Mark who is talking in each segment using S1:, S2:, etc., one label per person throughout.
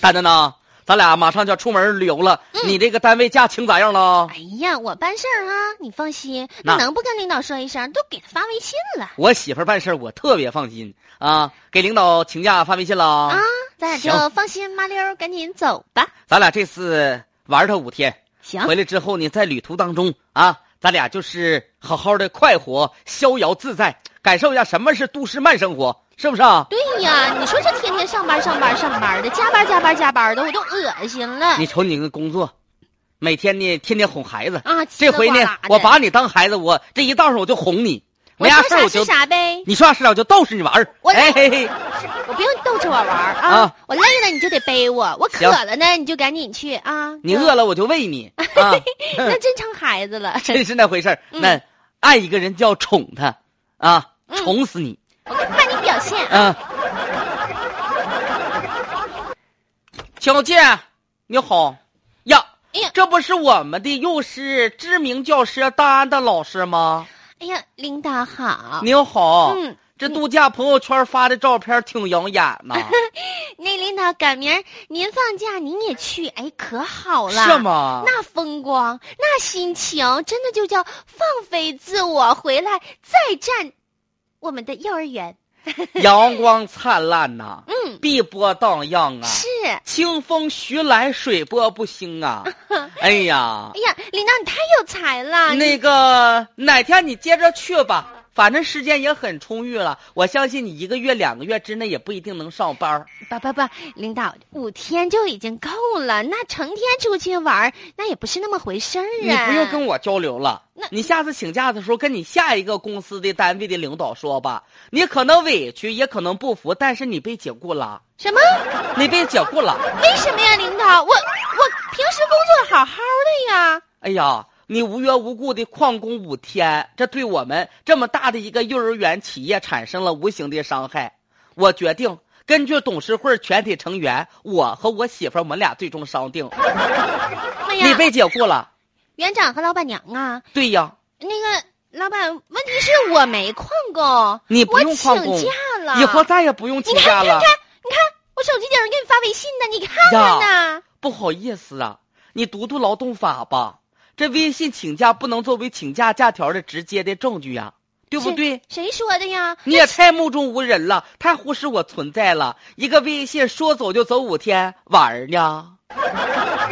S1: 丹丹呐，咱俩马上就要出门旅游了，你这个单位假请咋样了？
S2: 哎呀，我办事儿啊，你放心，
S1: 哦那
S2: 那能不跟领导说一声？都给他发微信了
S1: 我媳妇儿办事儿我特别放心啊，给领导请假发微信了
S2: 啊，咱俩
S1: 行
S2: 就放心麻溜儿，赶紧走吧。
S1: 咱俩这次玩他五天，
S2: 行，
S1: 回来之后呢，在旅途当中啊，咱俩就是好好的快活、逍遥自在，感受一下什么是都市慢生活，是不是啊？
S2: 对呀，你说这天天上班上班上班的，加班加班加班的，我都恶心了
S1: 你瞅你那个工作，每天呢天天哄孩子，
S2: 啊！
S1: 这回呢
S2: 嘁哩呱啦的
S1: 我把你当孩子，我这一道上我就哄你，
S2: 我
S1: 没啥
S2: 说
S1: 事儿
S2: 啥
S1: 我就是
S2: 啥呗，
S1: 你说啥事儿我就逗使你玩儿，
S2: 我
S1: 哎嘿嘿，
S2: 我不用你逗着我玩儿
S1: 啊
S2: 啊！我累了你就得背我，我
S1: 行
S2: 渴了呢你就赶紧去啊！
S1: 你
S2: 就
S1: 饿了我就喂 你啊，
S2: 那真成孩子了。
S1: 真是那回事儿。
S2: 嗯
S1: 那爱一个人就要宠他啊，
S2: 嗯
S1: 宠死你
S2: 我看你表现，
S1: 啊！小姐，你好呀
S2: 哎呀，
S1: 这不是我们的幼师知名教师大安的老师吗？
S2: 哎呀，领导好，
S1: 您好，
S2: 嗯，
S1: 这度假朋友圈发的照片挺养眼呐，
S2: 那领导赶明儿您放假您也去，哎，可 好了。
S1: 是？吗？
S2: 那风光，那心情，真的就叫放飞自我，回来再战我们的幼儿园。
S1: 阳光灿烂呐，
S2: 嗯，
S1: 碧波荡漾啊，
S2: 是。哎
S1: 清风徐来，水波不兴 啊！哎呀
S2: 哎，呀，领导你太有才了！哎你
S1: 那个哪天你接着去吧，反正时间也很充裕了。我相信你一个月、两个月之内也不一定能上班儿。
S2: 不不不，领导五天就已经够了，那成天出去玩儿，那也不是那么回事儿啊。
S1: 你不用跟我交流了
S2: 那。
S1: 你下次请假的时候，跟你下一个公司的单位的领导说吧。你可能委屈，也可能不服，但是你被解雇了，
S2: 什么？
S1: 你被解雇了。
S2: 为什么呀，领导？我我平时工作好好的呀。
S1: 哎呀，你无缘无故的旷工五天，这对我们这么大的一个幼儿园企业产生了无形的伤害。我决定根据董事会全体成员，我和我媳妇儿我们俩最终商定，
S2: 妈哎呀！
S1: 你被解雇了。
S2: 园长和老板娘啊，
S1: 对呀，
S2: 那个老板，问题是我没旷工，
S1: 你不
S2: 我
S1: 用旷工
S2: 请假了。
S1: 以后再也不用请
S2: 你
S1: 假
S2: 看，你
S1: 了
S2: 看，。你看，我手机顶上给你发微信呢，你看看呢。
S1: 不好意思啊，你读读劳动法吧，这微信请假不能作为请假假条的直接的证据呀、对不对？
S2: 谁说的呀？
S1: 你也太目中无人了，太忽视我存在了。一个微信说走就走五天，玩儿呢？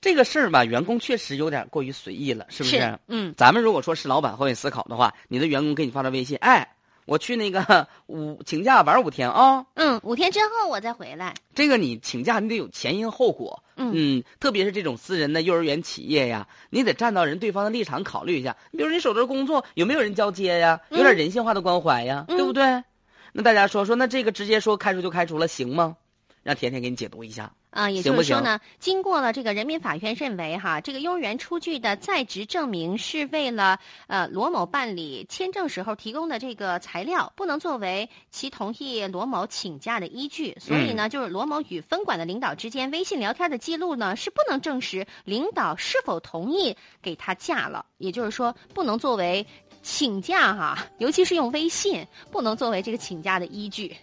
S1: 这个事儿吧，员工确实有点过于随意了，是不是？
S2: 嗯，
S1: 咱们如果说是老板换位思考的话，你的员工给你发条微信，哎，我去那个五请假玩五天啊、
S2: 嗯，五天之后我再回来。
S1: 这个你请假你得有前因后果，
S2: 嗯，
S1: 嗯，特别是这种私人的幼儿园企业呀，你得站到人对方的立场考虑一下。你比如你手头工作有没有人交接呀？有点
S2: 嗯
S1: 人性化的关怀呀，对不
S2: 嗯
S1: 对？那大家说说，那这个直接说开除就开除了行吗？让甜甜给你解读一下。
S2: 啊，也
S1: 行
S2: 就
S1: 不
S2: 是说
S1: 行
S2: 呢，经过了这个人民法院认为哈，这个幼儿园出具的在职证明是为了呃罗某办理签证时候提供的这个材料，不能作为其同意罗某请假的依据。所以
S1: 嗯
S2: 呢，就是罗某与分管的领导之间微信聊天的记录呢，是不能证实领导是否同意给他假了，也就是说不能作为。请假哈、尤其是用微信，不能作为这个请假的依据。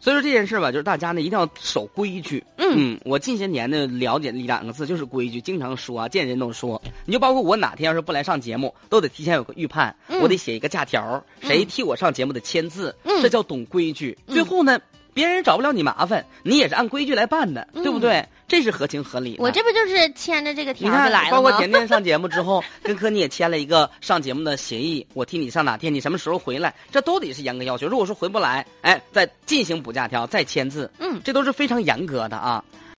S1: 所以说这件事吧，就是大家呢一定要守规矩。
S2: 嗯
S1: 我近些年呢了解一两个字就是规矩，经常说啊，见人都说。你就包括我哪天要是不来上节目，都得提前有个预判，
S2: 嗯
S1: 我得写一个假条，谁替我上节目得签字，
S2: 嗯
S1: 这叫懂规矩。
S2: 嗯
S1: 最后呢，别人找不了你麻烦，你也是按规矩来办的，
S2: 嗯
S1: 对不对？这是合情合理的。
S2: 我这不就是牵着这个
S1: 你
S2: 条
S1: 看
S2: 子来，了
S1: 包括
S2: 吗？
S1: 甜甜上节目之后，跟科你也签了一个上节目的协议，我替你上哪天，你什么时候回来，这都得是严格要求。如果说回不来，哎，再进行补假条，再签字，
S2: 嗯
S1: 这都是非常严格的啊。